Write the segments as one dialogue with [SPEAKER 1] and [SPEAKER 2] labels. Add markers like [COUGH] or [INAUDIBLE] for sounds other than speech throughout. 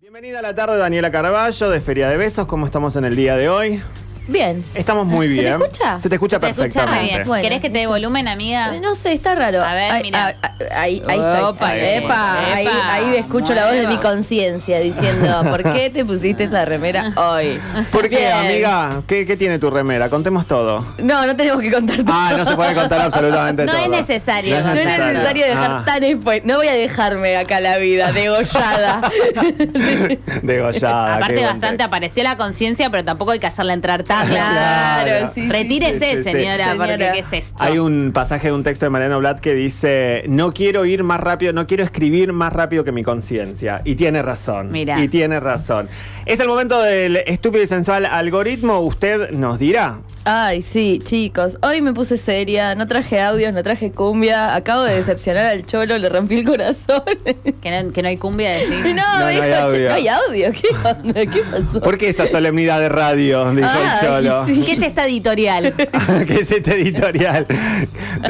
[SPEAKER 1] Bienvenida a la tarde, Daniela Carballo, de Feria de Besos. ¿Cómo estamos en el día de hoy?
[SPEAKER 2] Bien.
[SPEAKER 1] Esamos muy
[SPEAKER 2] ¿Se me
[SPEAKER 1] bien.
[SPEAKER 2] escucha?
[SPEAKER 1] Se te escucha
[SPEAKER 3] Se te escucha
[SPEAKER 1] perfectamente.
[SPEAKER 3] muy bien.
[SPEAKER 2] Bueno,
[SPEAKER 3] ¿Querés que te dé volumen, amiga?
[SPEAKER 2] No sé, está raro.
[SPEAKER 3] Ah. A ver,
[SPEAKER 2] Ay,
[SPEAKER 3] mira.
[SPEAKER 2] ah, ah, Ahí, ahí estoy.
[SPEAKER 3] Opa,
[SPEAKER 2] Ahí,
[SPEAKER 3] ahí.
[SPEAKER 2] epa, ahí,
[SPEAKER 3] Epa.
[SPEAKER 2] ahí escucho la voz de mi
[SPEAKER 3] Bueno.
[SPEAKER 2] conciencia diciendo, ¿por qué te pusiste esa remera hoy?
[SPEAKER 1] ¿Por qué,
[SPEAKER 2] Bien.
[SPEAKER 1] amiga? ¿Qué, qué tiene tu remera? Contemos todo.
[SPEAKER 2] No, no tenemos que contar todo.
[SPEAKER 1] Ah, no se puede contar absolutamente
[SPEAKER 3] [LAUGHS] No
[SPEAKER 1] todo.
[SPEAKER 3] es necesario.
[SPEAKER 2] No es necesario dejar
[SPEAKER 1] Ah,
[SPEAKER 2] tan expuesto. No voy a dejarme acá la
[SPEAKER 1] [LAUGHS]
[SPEAKER 2] vida degollada.
[SPEAKER 1] [LAUGHS] Degollada. Ah, qué
[SPEAKER 3] Aparte,
[SPEAKER 1] buen
[SPEAKER 3] bastante
[SPEAKER 1] texto.
[SPEAKER 3] apareció la conciencia, pero tampoco hay que
[SPEAKER 1] [LAUGHS]
[SPEAKER 3] hacerla entrar tarde.
[SPEAKER 2] claro, sí, sí.
[SPEAKER 3] Retírese,
[SPEAKER 1] Sí, sí, sí.
[SPEAKER 3] señora, porque
[SPEAKER 2] Señora.
[SPEAKER 3] ¿qué es esto?
[SPEAKER 1] Hay un pasaje de un texto de Mariano Blatt que dice, no quiero ir más rápido, no quiero escribir más rápido que mi conciencia. Y tiene razón.
[SPEAKER 3] Mirá.
[SPEAKER 1] Y tiene razón. Es el momento del estúpido y sensual algoritmo. Usted nos dirá.
[SPEAKER 2] Ay, sí, chicos. Hoy me puse seria, no traje audios, no traje cumbia. Acabo de decepcionar al cholo, le rompí el corazón. [LAUGHS]
[SPEAKER 3] Que, no, que no hay cumbia de
[SPEAKER 2] No,
[SPEAKER 1] [LAUGHS]
[SPEAKER 2] me
[SPEAKER 3] ti.
[SPEAKER 1] no hay
[SPEAKER 2] dijo, "Che,
[SPEAKER 1] audio".
[SPEAKER 2] no hay audio. ¿Qué onda? ¿Qué pasó?
[SPEAKER 1] ¿Por qué esa solemnidad de radio? Dijo
[SPEAKER 2] Ay,
[SPEAKER 1] el cholo.
[SPEAKER 2] sí.
[SPEAKER 3] ¿Qué es esta editorial?
[SPEAKER 1] [LAUGHS] que es este editorial.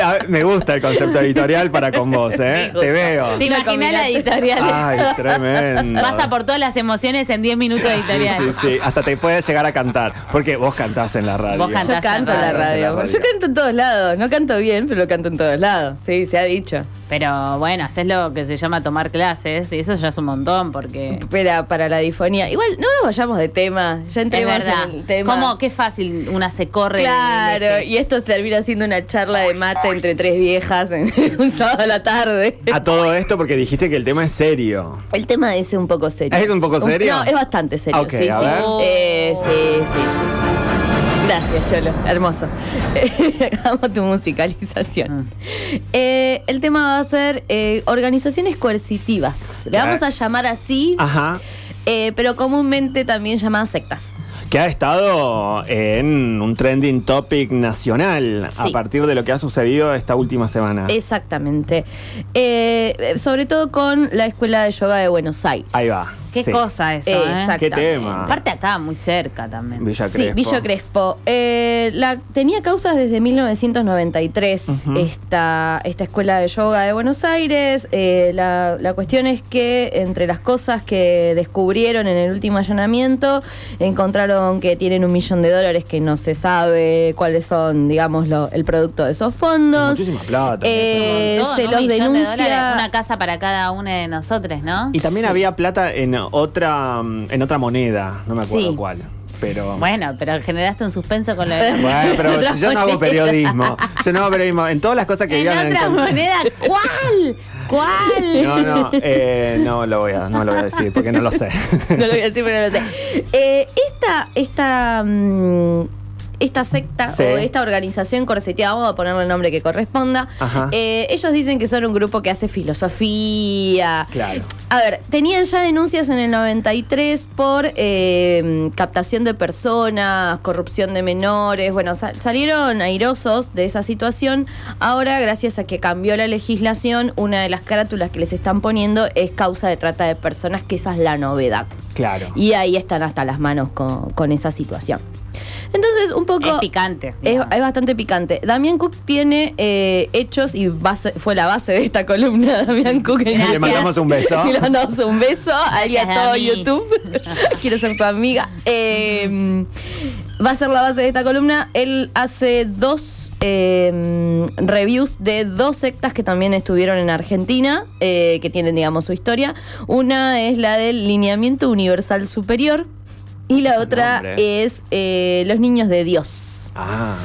[SPEAKER 1] A ver, Me gusta el concepto editorial para con vos, ¿eh?
[SPEAKER 2] Me
[SPEAKER 1] Te veo.
[SPEAKER 2] gusta.
[SPEAKER 3] ¿Te imaginas la
[SPEAKER 2] combinaste.
[SPEAKER 3] editorial?
[SPEAKER 1] Ay, tremendo.
[SPEAKER 3] Pasa por todas las emociones en 10 minutos de
[SPEAKER 1] Sí,
[SPEAKER 3] editorial.
[SPEAKER 1] sí, sí. Hasta te puedes llegar a cantar. Porque vos cantás en la radio.
[SPEAKER 3] Vos
[SPEAKER 2] Yo
[SPEAKER 3] cantás
[SPEAKER 2] canto en la radio. Yo canto en todos lados. No canto bien, pero canto en todos lados. Sí, se ha dicho.
[SPEAKER 3] Pero bueno, haces lo que se llama tomar clases, y eso ya es un montón, porque.
[SPEAKER 2] Pero para la difonía. Igual, no nos vayamos de tema. Ya
[SPEAKER 3] Es
[SPEAKER 2] entremos
[SPEAKER 3] verdad.
[SPEAKER 2] en el tema.
[SPEAKER 3] ¿Cómo? Qué fácil una se corre. en el
[SPEAKER 2] Claro,
[SPEAKER 3] eje.
[SPEAKER 2] y esto termina siendo una charla de mate entre tres viejas en [LAUGHS] un sábado a la tarde.
[SPEAKER 1] A todo esto porque dijiste que el tema es serio.
[SPEAKER 2] El tema es un poco serio.
[SPEAKER 1] ¿Es un poco serio?
[SPEAKER 2] No, es bastante serio.
[SPEAKER 1] Ok,
[SPEAKER 2] sí,
[SPEAKER 1] a
[SPEAKER 2] sí,
[SPEAKER 1] ver.
[SPEAKER 2] sí. Eh, sí, sí, sí. Gracias, Cholo. Hermoso. [LAUGHS] Amo tu musicalización.
[SPEAKER 1] Ah.
[SPEAKER 2] Eh, el tema va a ser eh, organizaciones coercitivas. Le
[SPEAKER 1] Claro.
[SPEAKER 2] vamos a llamar así,
[SPEAKER 1] Ajá.
[SPEAKER 2] eh, pero comúnmente también llamadas sectas.
[SPEAKER 1] Que ha estado en un trending topic nacional a
[SPEAKER 2] Sí.
[SPEAKER 1] partir de lo que ha sucedido esta última semana.
[SPEAKER 2] Exactamente. Eh, sobre todo con la Escuela de Yoga de Buenos Aires.
[SPEAKER 1] Ahí va.
[SPEAKER 3] Qué
[SPEAKER 1] Sí.
[SPEAKER 3] cosa eso, ¿eh?
[SPEAKER 1] Qué
[SPEAKER 2] Exactamente.
[SPEAKER 1] tema.
[SPEAKER 3] Aparte acá, muy cerca también.
[SPEAKER 1] Villa Crespo.
[SPEAKER 2] Sí, Villa Crespo. Eh, la, tenía causas desde 1993
[SPEAKER 1] Ujú.
[SPEAKER 2] esta, esta escuela de yoga de Buenos Aires. Eh, la, la cuestión es que entre las cosas que descubrieron en el último allanamiento, encontraron que tienen un millón de dólares que no se sabe cuáles son, digamos, lo- el producto de esos fondos.
[SPEAKER 1] Muchísima plata.
[SPEAKER 2] Eh,
[SPEAKER 3] Un montón,
[SPEAKER 2] se
[SPEAKER 3] un
[SPEAKER 2] los
[SPEAKER 3] millón de
[SPEAKER 2] denuncia-
[SPEAKER 3] dólares, una casa para cada uno de nosotros, ¿no?
[SPEAKER 1] Y también
[SPEAKER 2] Sí.
[SPEAKER 1] había plata en otra mm, en otra moneda, no me acuerdo
[SPEAKER 2] Sí.
[SPEAKER 1] cuál. Pero bueno,
[SPEAKER 3] Bueno, pero generaste un suspenso con lo
[SPEAKER 2] [LAUGHS]
[SPEAKER 3] de... [LAUGHS]
[SPEAKER 1] pero
[SPEAKER 2] Otra
[SPEAKER 1] yo no hago
[SPEAKER 2] moneda.
[SPEAKER 1] periodismo. Yo no hago periodismo. En todas las cosas que
[SPEAKER 3] en
[SPEAKER 1] digan
[SPEAKER 2] [LAUGHS]
[SPEAKER 3] otras monedas, ¿cuál? ¿Cuál?
[SPEAKER 1] No, no, eh, no lo voy a, no lo voy a decir porque no lo sé. [LAUGHS]
[SPEAKER 2] [LAUGHS] No lo voy a decir, pero no lo sé. Eh, esta, esta, mm, esta secta
[SPEAKER 1] Sí.
[SPEAKER 2] o esta organización corseteada, vamos a ponerle el nombre que corresponda,
[SPEAKER 1] Ajá.
[SPEAKER 2] eh, ellos dicen que son un grupo que hace filosofía.
[SPEAKER 1] Claro.
[SPEAKER 2] A ver, tenían ya denuncias en el 93 por eh, captación de personas, corrupción de menores. Bueno, sal- salieron airosos de esa situación. Ahora, gracias a que cambió la legislación, una de las carátulas que les están poniendo es causa de trata de personas, que esa es la novedad.
[SPEAKER 1] Claro.
[SPEAKER 2] Y ahí están hasta las manos con, con esa situación. Entonces, un poco...
[SPEAKER 3] Es picante.
[SPEAKER 2] Es,
[SPEAKER 3] digamos.
[SPEAKER 2] es bastante picante. Damián Cook tiene eh, hechos y base- fue la base de esta columna. [LAUGHS] Damián Cook, gracias.
[SPEAKER 1] Le mandamos un
[SPEAKER 2] [LAUGHS]
[SPEAKER 1] beso.
[SPEAKER 2] Le mandamos un beso ahí a
[SPEAKER 3] Gracias,
[SPEAKER 2] todo
[SPEAKER 3] Dami.
[SPEAKER 2] YouTube. [LAUGHS] Quiero ser tu amiga. Eh, va a ser la base de esta columna. Él hace dos eh, reviews de dos sectas que también estuvieron en Argentina, eh, que tienen, digamos, su historia. Una es la del lineamiento universal superior y la
[SPEAKER 1] Ese
[SPEAKER 2] otra
[SPEAKER 1] nombre.
[SPEAKER 2] es eh, los niños de Dios.
[SPEAKER 1] Ah.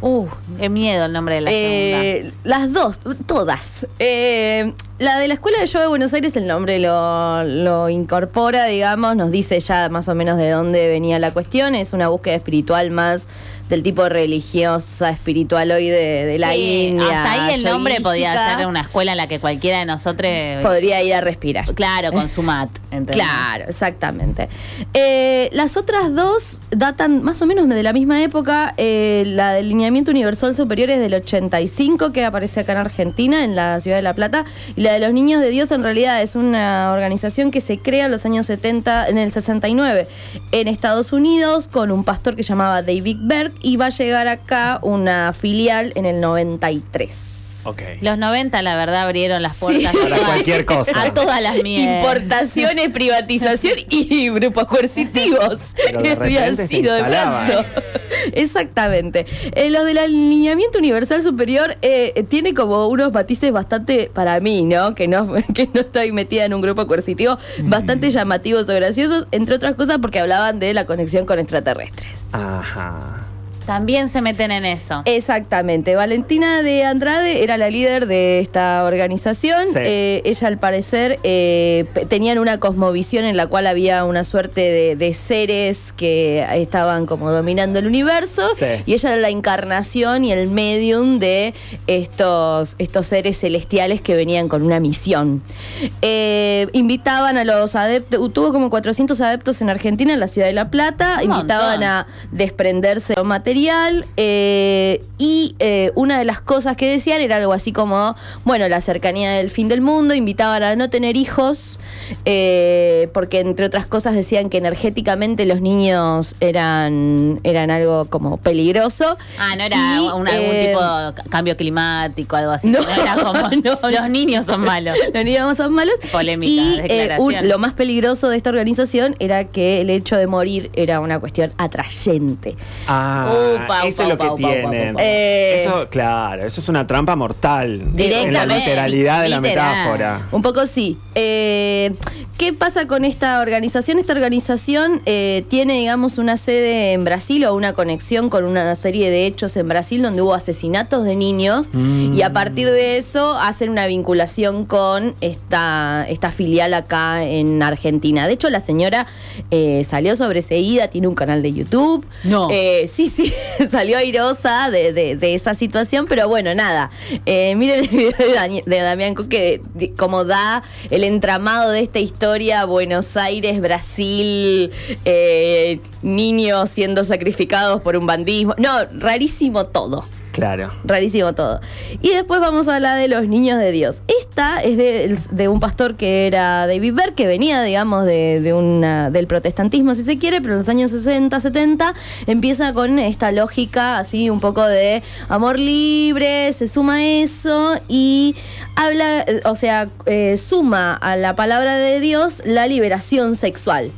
[SPEAKER 3] Uh, qué miedo el nombre de la segunda.
[SPEAKER 2] Eh, las dos, todas. Eh, la de la Escuela de Yoga de Buenos Aires, el nombre lo, lo incorpora, digamos, nos dice ya más o menos de dónde venía la cuestión. Es una búsqueda espiritual más del tipo religiosa, espiritual hoy de, de la
[SPEAKER 3] Sí,
[SPEAKER 2] India.
[SPEAKER 3] Hasta ahí el nombre podía
[SPEAKER 2] yoguística.
[SPEAKER 3] ser una escuela en la que cualquiera de nosotros...
[SPEAKER 2] Podría ir a respirar.
[SPEAKER 3] Claro, con
[SPEAKER 2] [LAUGHS]
[SPEAKER 3] su mat. ¿entendés?
[SPEAKER 2] Claro, exactamente. Eh, las otras dos datan más o menos de la misma época. Eh, la del lineamiento universal superior es del 85, que aparece acá en Argentina, en la ciudad de La Plata. Y la de los niños de Dios, en realidad, es una organización que se crea en los años 70, en el 69, en Estados Unidos, con un pastor que llamaba David Berg, y va a llegar acá una filial en el 93.
[SPEAKER 1] Ok.
[SPEAKER 3] Los 90, la verdad, abrieron las
[SPEAKER 2] Sí.
[SPEAKER 3] puertas a
[SPEAKER 1] Para
[SPEAKER 3] todas-
[SPEAKER 1] cualquier cosa.
[SPEAKER 3] A todas las mierdas.
[SPEAKER 2] Importaciones, privatización y grupos coercitivos.
[SPEAKER 1] Pero
[SPEAKER 2] [LAUGHS]
[SPEAKER 1] de repente se instalaban.
[SPEAKER 2] Exactamente. Eh, lo del alineamiento universal superior eh, eh, tiene como unos matices bastante, para mí, ¿no? Que no, [LAUGHS] que no estoy metida en un grupo coercitivo, bastante
[SPEAKER 1] Mm.
[SPEAKER 2] llamativos o graciosos, entre otras cosas porque hablaban de la conexión con extraterrestres.
[SPEAKER 1] Ajá.
[SPEAKER 3] También se meten en eso.
[SPEAKER 2] Exactamente. Valentina de Andrade era la líder de esta organización.
[SPEAKER 1] Sí.
[SPEAKER 2] Eh, ella, al parecer, eh, pe- tenían una cosmovisión en la cual había una suerte de, de seres que estaban como dominando el universo.
[SPEAKER 1] Sí.
[SPEAKER 2] Y ella era la encarnación y el medium de estos, estos seres celestiales que venían con una misión. Eh, invitaban a los adeptos, tuvo como 400 adeptos en Argentina, en la ciudad de La Plata.
[SPEAKER 3] Un
[SPEAKER 2] invitaban
[SPEAKER 3] montón.
[SPEAKER 2] a desprenderse de material eh, y eh, una de las cosas que decían era algo así como, bueno, la cercanía del fin del mundo, invitaban a no tener hijos, eh, porque entre otras cosas decían que energéticamente los niños eran, eran algo como peligroso.
[SPEAKER 3] Ah, no era
[SPEAKER 2] Y,
[SPEAKER 3] un- algún
[SPEAKER 2] eh,
[SPEAKER 3] tipo de ca- cambio climático, algo así.
[SPEAKER 2] No.
[SPEAKER 3] No, era como, los niños son malos.
[SPEAKER 2] Los niños no son malos.
[SPEAKER 3] Polémica
[SPEAKER 2] y eh,
[SPEAKER 3] declaración.
[SPEAKER 2] un- lo más peligroso de esta organización era que el hecho de morir era una cuestión atrayente.
[SPEAKER 1] Ah,
[SPEAKER 3] Upa,
[SPEAKER 1] eso
[SPEAKER 3] upa,
[SPEAKER 1] es lo que
[SPEAKER 3] upa, upa,
[SPEAKER 1] tienen.
[SPEAKER 3] upa, upa.
[SPEAKER 2] Eh.
[SPEAKER 1] eso, claro, eso es una trampa mortal.
[SPEAKER 2] Directamente.
[SPEAKER 1] En la literalidad de la
[SPEAKER 3] Literal.
[SPEAKER 1] metáfora.
[SPEAKER 2] Un poco sí. Eh, ¿Qué pasa con esta organización? Esta organización eh, tiene, digamos, una sede en Brasil o una conexión con una serie de hechos en Brasil donde hubo asesinatos de niños
[SPEAKER 1] Mm.
[SPEAKER 2] y a partir de eso hacen una vinculación con esta, esta filial acá en Argentina. De hecho, la señora eh, salió sobreseída, tiene un canal de YouTube.
[SPEAKER 3] No.
[SPEAKER 2] Eh, sí, sí, [LAUGHS] salió airosa de, de- de esa situación, pero bueno, nada. Eh, miren el video de, Dani- de Damián Coque, de- como da el entramado de esta historia, Buenos Aires, Brasil, eh, niños siendo sacrificados por un bandismo. No, rarísimo todo.
[SPEAKER 1] Claro.
[SPEAKER 2] Rarísimo todo. Y después vamos a la de los niños de Dios. Esta es de, de un pastor que era David Berg, que venía, digamos, de, de una, del protestantismo, si se quiere, pero en los años 60, 70 empieza con esta lógica así un poco de amor libre, se suma eso y habla, eh, o sea, eh, suma a la palabra de Dios la liberación sexual.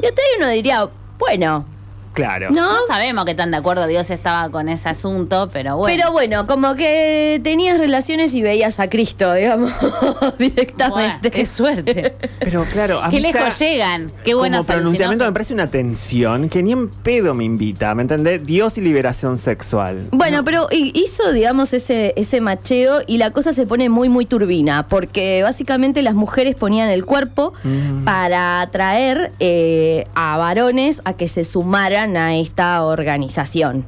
[SPEAKER 2] Y hasta ahí uno diría, bueno,
[SPEAKER 1] Claro.
[SPEAKER 2] [LAUGHS] ¿no?
[SPEAKER 3] No sabemos qué tan de acuerdo Dios estaba con ese asunto, pero bueno.
[SPEAKER 2] Pero bueno, como que tenías relaciones y veías a Cristo, [LAUGHS] digamos,
[SPEAKER 3] Buah,
[SPEAKER 2] directamente.
[SPEAKER 3] qué suerte.
[SPEAKER 1] Pero claro, a
[SPEAKER 3] [LAUGHS] qué
[SPEAKER 1] mí ya-
[SPEAKER 3] lejos llegan. Qué buenos
[SPEAKER 1] Como pronunciamiento me parece una tensión que ni en pedo me invita, ¿me entendés? Dios y liberación sexual.
[SPEAKER 2] Bueno, pero hi- hizo, digamos, ese, ese macheo y la cosa se pone muy, muy turbina, porque básicamente las mujeres ponían el cuerpo
[SPEAKER 1] Mm.
[SPEAKER 2] para atraer eh, a varones a que se sumaran a esta organización.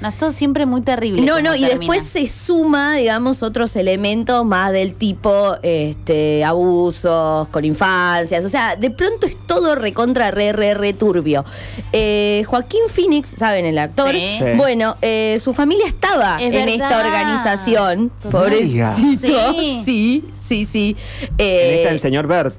[SPEAKER 3] No, esto siempre muy terrible.
[SPEAKER 2] No,
[SPEAKER 3] cómo
[SPEAKER 2] no, y
[SPEAKER 3] termina.
[SPEAKER 2] después se suma, digamos, otros elementos más del tipo este, abusos con infancias. O sea, de pronto es todo recontra, re, re, re turbio. Eh, Joaquín Phoenix, ¿saben? El actor.
[SPEAKER 3] Sí.
[SPEAKER 1] Sí.
[SPEAKER 2] Bueno, eh, su familia estaba
[SPEAKER 3] Es
[SPEAKER 2] en esta
[SPEAKER 3] verdad.
[SPEAKER 2] organización.
[SPEAKER 3] Total.
[SPEAKER 2] Pobrecito.
[SPEAKER 3] Sí.
[SPEAKER 2] Sí, [LAUGHS] sí, sí.
[SPEAKER 1] En
[SPEAKER 2] Eh,
[SPEAKER 1] esta el señor
[SPEAKER 3] [LAUGHS]
[SPEAKER 1] Bert.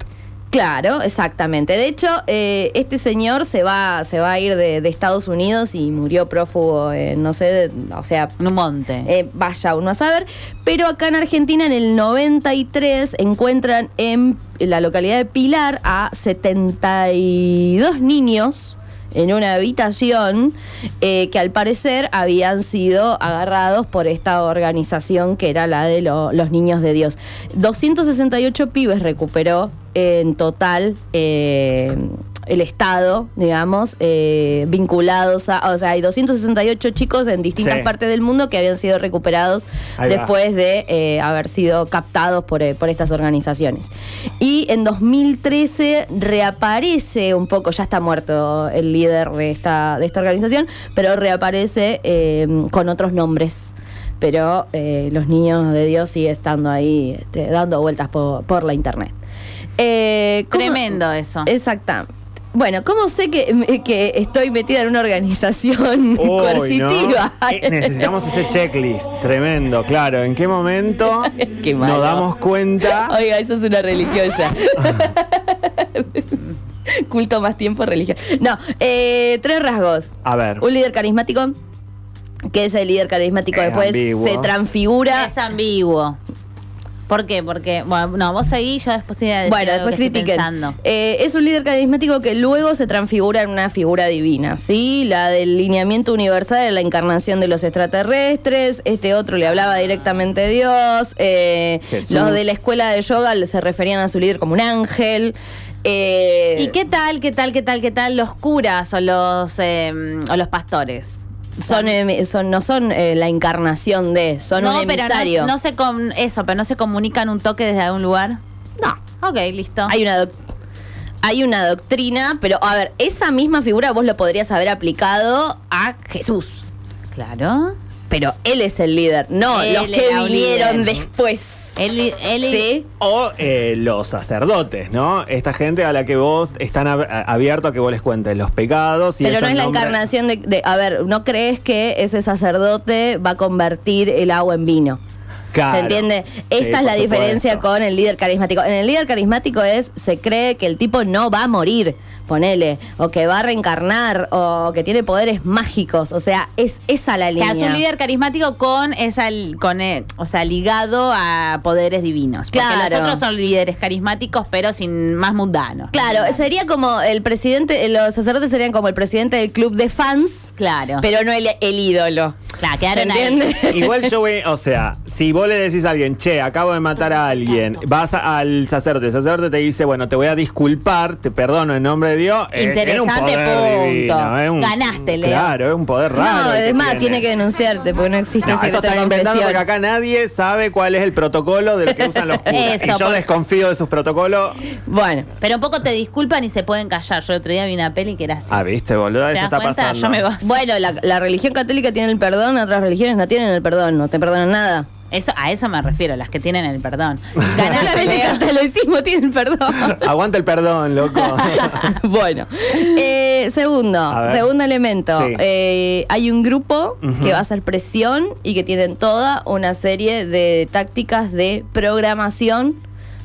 [SPEAKER 2] Claro, exactamente. De hecho, eh, este señor se va, se va a ir de, de Estados Unidos y murió prófugo, en, no sé, de- o sea,
[SPEAKER 3] En un monte.
[SPEAKER 2] eh, vaya uno a saber. Pero acá en Argentina, en el 93, encuentran en la localidad de Pilar a 72 niños en una habitación eh, que al parecer habían sido agarrados por esta organización que era la de lo- los niños de Dios. 268 pibes recuperó en total. eh, el Estado, digamos, eh, vinculados a... O sea, hay 268 chicos en distintas
[SPEAKER 1] Sí.
[SPEAKER 2] partes del mundo que habían sido recuperados
[SPEAKER 1] Ahí va.
[SPEAKER 2] después de eh, haber sido captados por, eh, por estas organizaciones. Y en 2013 reaparece un poco, ya está muerto el líder de esta, de esta organización, pero reaparece eh, con otros nombres. Pero eh, los niños de Dios sigue estando ahí, este, dando vueltas po- por, la internet. Eh, ¿cómo-
[SPEAKER 3] Tremendo eso.
[SPEAKER 2] Exactamente. Bueno, ¿cómo sé que, que estoy metida en una
[SPEAKER 1] [LAUGHS]
[SPEAKER 2] organización
[SPEAKER 1] Uy,
[SPEAKER 2] coercitiva?
[SPEAKER 1] ¿no? Eh, Necesitamos ese checklist. Tremendo, claro. ¿En qué
[SPEAKER 3] [LAUGHS]
[SPEAKER 1] momento
[SPEAKER 2] Qué malo.
[SPEAKER 1] nos damos cuenta?
[SPEAKER 2] [LAUGHS] Oiga, eso es una religión ya. [LAUGHS] Culto más tiempo, religión. No, eh, tres rasgos.
[SPEAKER 1] A ver.
[SPEAKER 2] Un líder carismático, que es el líder carismático.
[SPEAKER 1] Es
[SPEAKER 2] Después
[SPEAKER 1] ambiguo.
[SPEAKER 2] se transfigura.
[SPEAKER 3] Es ambiguo. ¿Por qué? Porque, bueno, no, vos seguís, yo después te voy a decir
[SPEAKER 2] Bueno,
[SPEAKER 3] algo
[SPEAKER 2] después
[SPEAKER 3] que estoy
[SPEAKER 2] critiquen.
[SPEAKER 3] pensando.
[SPEAKER 2] Eh, es un líder carismático que luego se transfigura en una figura divina, ¿sí? La del lineamiento universal, de la encarnación de los extraterrestres, este otro le hablaba directamente a Dios, eh,
[SPEAKER 1] Jesús.
[SPEAKER 2] los de la escuela de yoga se referían a su líder como un ángel. eh,
[SPEAKER 3] ¿Y qué tal, qué tal, qué tal, qué tal los curas o los, eh, o los pastores?
[SPEAKER 2] Son, em- son- no son eh, la encarnación de, son un
[SPEAKER 3] pero no-
[SPEAKER 2] emisario.
[SPEAKER 3] no, se com- eso, pero no se comunican un toque desde algún lugar.
[SPEAKER 2] No,
[SPEAKER 3] Ok, listo.
[SPEAKER 2] hay una doc- hay una doctrina, pero a ver, esa misma figura vos lo podrías haber aplicado a ah, Jesús.
[SPEAKER 3] Claro.
[SPEAKER 2] Pero él es el líder, no
[SPEAKER 3] Él
[SPEAKER 2] los
[SPEAKER 3] era
[SPEAKER 2] que
[SPEAKER 3] un
[SPEAKER 2] vinieron
[SPEAKER 3] líder.
[SPEAKER 2] después.
[SPEAKER 3] Él, y- él y-
[SPEAKER 2] ¿Sí?
[SPEAKER 1] O eh, los sacerdotes, ¿no? Esta gente a la que vos están ab- abierto a que vos les cuentes los pecados. Y
[SPEAKER 2] Pero
[SPEAKER 1] ellos
[SPEAKER 2] no es la
[SPEAKER 1] nombran-
[SPEAKER 2] encarnación de, de- A ver, ¿no crees que ese sacerdote va a convertir el agua en vino?
[SPEAKER 1] Claro.
[SPEAKER 2] ¿Se entiende?
[SPEAKER 1] Sí,
[SPEAKER 2] Esta es
[SPEAKER 1] por
[SPEAKER 2] la diferencia
[SPEAKER 1] supuesto.
[SPEAKER 2] con el líder carismático. En el líder carismático es, se cree que el tipo no va a morir, ponele, o que va a reencarnar, o que tiene poderes mágicos. O sea, es esa la
[SPEAKER 3] que
[SPEAKER 2] línea.
[SPEAKER 3] es un líder carismático con esa con eh, o sea ligado a poderes divinos porque
[SPEAKER 2] Claro.
[SPEAKER 3] los otros son líderes carismáticos pero sin más mundanos
[SPEAKER 2] Claro, sería como el presidente, los sacerdotes serían como el presidente del club de fans,
[SPEAKER 3] claro
[SPEAKER 2] pero no el, el ídolo.
[SPEAKER 3] claro
[SPEAKER 2] ¿Se
[SPEAKER 3] quedaron ahí.
[SPEAKER 2] entiende?
[SPEAKER 1] Igual yo voy, o sea, si vos le decís a alguien, che, acabo de matar a alguien, vas a- al sacerdote, el sacerdote te dice, bueno, te voy a disculpar, te perdono en nombre de Dios. eh, era un
[SPEAKER 3] Interesante
[SPEAKER 1] poder
[SPEAKER 3] punto.
[SPEAKER 1] divino, es un-
[SPEAKER 3] Ganaste, Leo.
[SPEAKER 1] Claro, es un poder raro.
[SPEAKER 2] no,
[SPEAKER 1] el que
[SPEAKER 2] es más, tiene que denunciarte porque no
[SPEAKER 1] [LAUGHS]
[SPEAKER 2] existe
[SPEAKER 1] No,
[SPEAKER 2] el
[SPEAKER 1] eso
[SPEAKER 2] secreto de
[SPEAKER 1] están inventando porque
[SPEAKER 2] confesión.
[SPEAKER 1] acá nadie sabe cuál es el protocolo del que usan los curas.
[SPEAKER 3] Eso,
[SPEAKER 1] y yo
[SPEAKER 3] por-
[SPEAKER 1] desconfío de sus protocolos.
[SPEAKER 2] Bueno,
[SPEAKER 3] pero un poco te disculpan y se pueden callar yo el otro día vi una peli que era así
[SPEAKER 1] Ah, viste, boludo,
[SPEAKER 3] ¿Te
[SPEAKER 1] eso
[SPEAKER 3] das
[SPEAKER 1] está
[SPEAKER 3] cuenta?
[SPEAKER 1] pasando.
[SPEAKER 3] Yo me baso.
[SPEAKER 2] bueno, la, la religión católica tiene el perdón, otras religiones no tienen el perdón, no te perdonan nada.
[SPEAKER 3] Eso, a eso me refiero, las que tienen
[SPEAKER 2] [LAUGHS]
[SPEAKER 3] el perdón. Ganaste,
[SPEAKER 2] Solamente
[SPEAKER 3] Leo.
[SPEAKER 2] catolicismo tiene
[SPEAKER 1] [LAUGHS]
[SPEAKER 2] el perdón.
[SPEAKER 1] Aguanta el perdón,
[SPEAKER 3] [LAUGHS]
[SPEAKER 1] loco.
[SPEAKER 2] [LAUGHS] bueno, eh, segundo,
[SPEAKER 1] A ver.
[SPEAKER 2] segundo elemento.
[SPEAKER 1] Sí.
[SPEAKER 2] Eh, hay un grupo
[SPEAKER 1] Ujú.
[SPEAKER 2] que va a hacer presión y que tienen toda una serie de tácticas de programación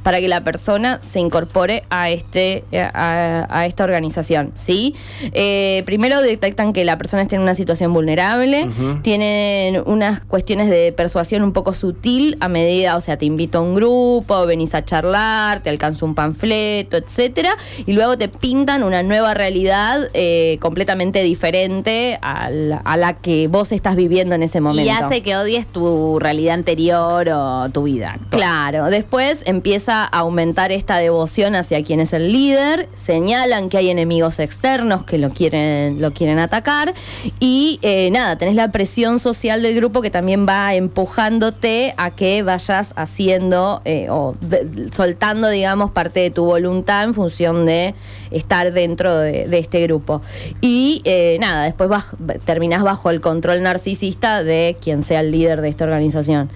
[SPEAKER 2] para que la persona se incorpore a este a, a esta organización, ¿sí? Eh, primero detectan que la persona está en una situación vulnerable,
[SPEAKER 1] Ujú.
[SPEAKER 2] tienen unas cuestiones de persuasión un poco sutil a medida, o sea, te invito a un grupo, venís a charlar, te alcanzo un panfleto, etcétera, y luego te pintan una nueva realidad eh, completamente diferente a la, a la que vos estás viviendo en ese momento.
[SPEAKER 3] Y hace que odies tu realidad anterior o tu vida.
[SPEAKER 2] Claro, después empieza a aumentar esta devoción hacia quien es el líder, señalan que hay enemigos externos que lo quieren, lo quieren atacar y eh, nada, tenés la presión social del grupo que también va empujándote a que vayas haciendo eh, o de- soltando, digamos, parte de tu voluntad en función de estar dentro de, de este grupo. Y eh, nada, después baj- terminás bajo el control narcisista de quien sea el líder de esta organización.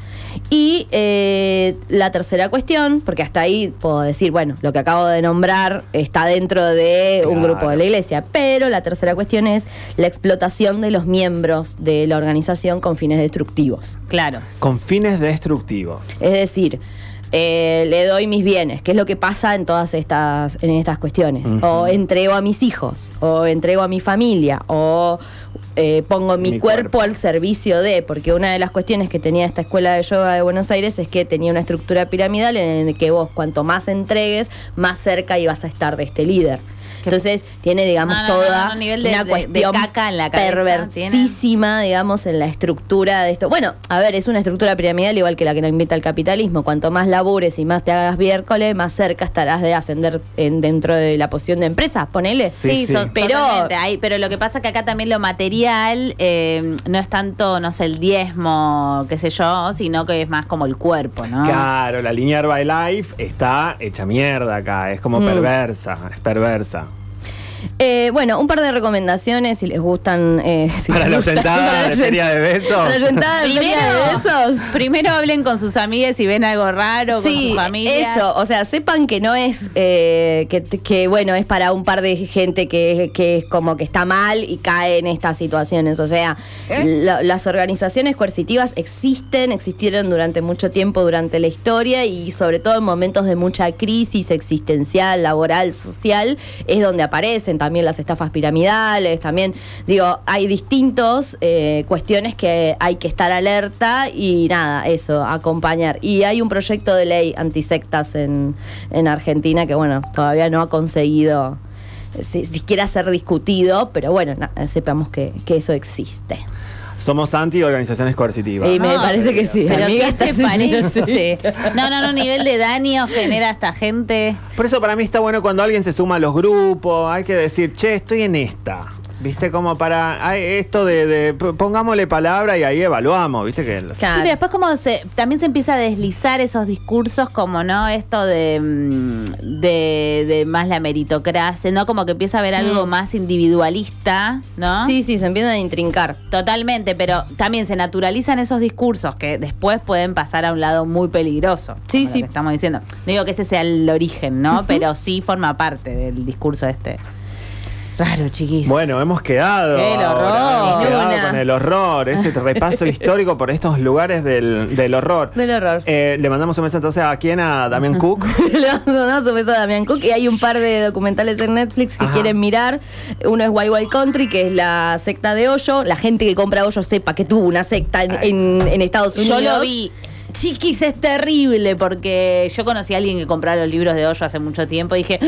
[SPEAKER 2] Y eh, la tercera cuestión, porque hasta ahí puedo decir, bueno, lo que acabo de nombrar está dentro de un
[SPEAKER 1] Claro.
[SPEAKER 2] grupo de la iglesia, pero la tercera cuestión es la explotación de los miembros de la organización con fines destructivos.
[SPEAKER 3] Claro.
[SPEAKER 1] Con fines destructivos.
[SPEAKER 2] Es decir, eh, le doy mis bienes, que es lo que pasa en todas estas, en estas cuestiones.
[SPEAKER 1] Ujú.
[SPEAKER 2] O entrego a mis hijos, o entrego a mi familia, o eh, pongo mi,
[SPEAKER 1] Mi
[SPEAKER 2] cuerpo,
[SPEAKER 1] cuerpo.
[SPEAKER 2] al servicio de, porque una de las cuestiones que tenía esta escuela de yoga de Buenos Aires es que tenía una estructura piramidal en la que vos cuanto más entregues, más cerca ibas a estar de este líder.
[SPEAKER 3] Qué-
[SPEAKER 2] Entonces tiene, digamos,
[SPEAKER 3] Ah, No, no,
[SPEAKER 2] toda
[SPEAKER 3] no, no, nivel de-
[SPEAKER 2] una
[SPEAKER 3] de- de
[SPEAKER 2] cuestión
[SPEAKER 3] caca en la cabeza
[SPEAKER 2] perversisísima
[SPEAKER 3] tienen.
[SPEAKER 2] altísima, digamos, en la estructura de esto. Bueno, a ver, es una estructura piramidal igual que la que nos invita el capitalismo. Cuanto más labures y más te hagas miércoles, más cerca estarás de ascender en- dentro de la posición de empresa, ponele.
[SPEAKER 1] Sí, sí.
[SPEAKER 3] son-
[SPEAKER 2] Pero- eh,
[SPEAKER 3] totalmente, hay- pero lo que pasa es que acá también lo material eh, no es tanto, no sé, el diezmo, qué sé yo, sino que es más como el cuerpo, ¿no?
[SPEAKER 1] Claro, la línea Herbalife está hecha mierda acá, es como
[SPEAKER 2] Mm.
[SPEAKER 1] perversa, es perversa.
[SPEAKER 2] Eh, bueno, un par de recomendaciones si les gustan. eh, si
[SPEAKER 1] Para
[SPEAKER 2] les
[SPEAKER 1] la
[SPEAKER 2] gustan- [LAUGHS]
[SPEAKER 1] sentada de feria de besos.
[SPEAKER 2] Para la sentada de feria de besos.
[SPEAKER 3] [LAUGHS] primero hablen con sus amigas si ven algo raro, con su familia.
[SPEAKER 2] Eso, o sea, sepan que no es eh, que, que, bueno, es para un par de gente que, que es como que está mal y cae en estas situaciones. O sea, la- las organizaciones coercitivas existen, existieron durante mucho tiempo durante la historia y sobre todo en momentos de mucha crisis existencial, laboral, social, es donde aparecen. hacen también las estafas piramidales, también, digo, hay distintos eh, cuestiones que hay que estar alerta y nada, eso, acompañar. Y hay un proyecto de ley antisectas en, en Argentina que, bueno, todavía no ha conseguido eh, si- siquiera ser discutido, pero bueno, na- sepamos que, que eso existe.
[SPEAKER 1] Somos anti organizaciones coercitivas.
[SPEAKER 2] Y me
[SPEAKER 3] No,
[SPEAKER 2] parece que sí,
[SPEAKER 3] Pero
[SPEAKER 2] amiga,
[SPEAKER 3] ¿qué te
[SPEAKER 2] estás en una
[SPEAKER 3] parece? No, no, no, nivel de daño genera esta gente.
[SPEAKER 1] Por eso para mí está bueno cuando alguien se suma a los grupos, hay que decir, che, estoy en esta. ¿Viste? Como para hay esto de, de, p- pongámosle palabra y ahí evaluamos, ¿viste? que los-
[SPEAKER 2] Claro.
[SPEAKER 3] Sí, pero después como se, también se empieza a deslizar esos discursos como, ¿no? Esto de, mm, de, de más la meritocracia, ¿no? Como que empieza a haber algo
[SPEAKER 2] Mm.
[SPEAKER 3] más individualista, ¿no?
[SPEAKER 2] Sí, sí, se empiezan a intrincar.
[SPEAKER 3] Totalmente, pero también se naturalizan esos discursos que después pueden pasar a un lado muy peligroso.
[SPEAKER 2] Sí,
[SPEAKER 3] como lo
[SPEAKER 2] sí.
[SPEAKER 3] que estamos diciendo. No digo que ese sea el origen, ¿no? Pero sí forma parte del discurso este. Raro, chiquis.
[SPEAKER 1] Bueno, hemos quedado.
[SPEAKER 3] El horror.
[SPEAKER 1] ahora, hemos
[SPEAKER 2] Sin
[SPEAKER 1] quedado
[SPEAKER 2] una.
[SPEAKER 1] con el horror, ese
[SPEAKER 2] [LAUGHS]
[SPEAKER 1] repaso histórico por estos lugares del, del horror.
[SPEAKER 2] Del horror.
[SPEAKER 1] Eh, le mandamos un beso entonces a quién, a Damián Cook.
[SPEAKER 2] [LAUGHS] Le mandamos un beso a Damián Cook y hay un par de documentales en Netflix que
[SPEAKER 1] Ajá.
[SPEAKER 2] quieren mirar. Uno es Wild Wild Country, que es la secta de hoyo. La gente que compra hoyo sepa que tuvo una secta en,
[SPEAKER 1] Ay.
[SPEAKER 2] en- en Estados
[SPEAKER 3] Yo
[SPEAKER 2] Unidos.
[SPEAKER 3] lo vi. Chiquis, es terrible porque yo conocí a alguien que compraba los libros de hoyo hace mucho tiempo y dije,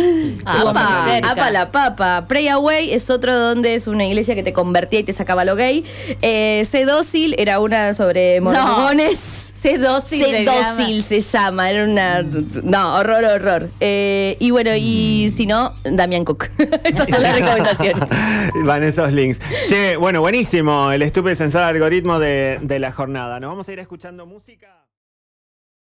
[SPEAKER 3] ¡Ah, estuvo
[SPEAKER 2] Apa,
[SPEAKER 3] muy cerca.
[SPEAKER 2] apa la papa. Pray Away es otro donde es una iglesia que te convertía y te sacaba lo gay. Eh, sé dócil era una sobre mormones.
[SPEAKER 3] Sé dócil.
[SPEAKER 2] Sé
[SPEAKER 3] se
[SPEAKER 2] dócil se llama, era una... No, horror, horror. Eh, y bueno, y
[SPEAKER 1] Mm.
[SPEAKER 2] si no, Damián Cook. Esas son las [LAUGHS] recomendaciones.
[SPEAKER 1] [LAUGHS] Van esos links. Che, bueno, buenísimo el estúpido sensor algoritmo de, de la jornada. Nos vamos a ir escuchando música.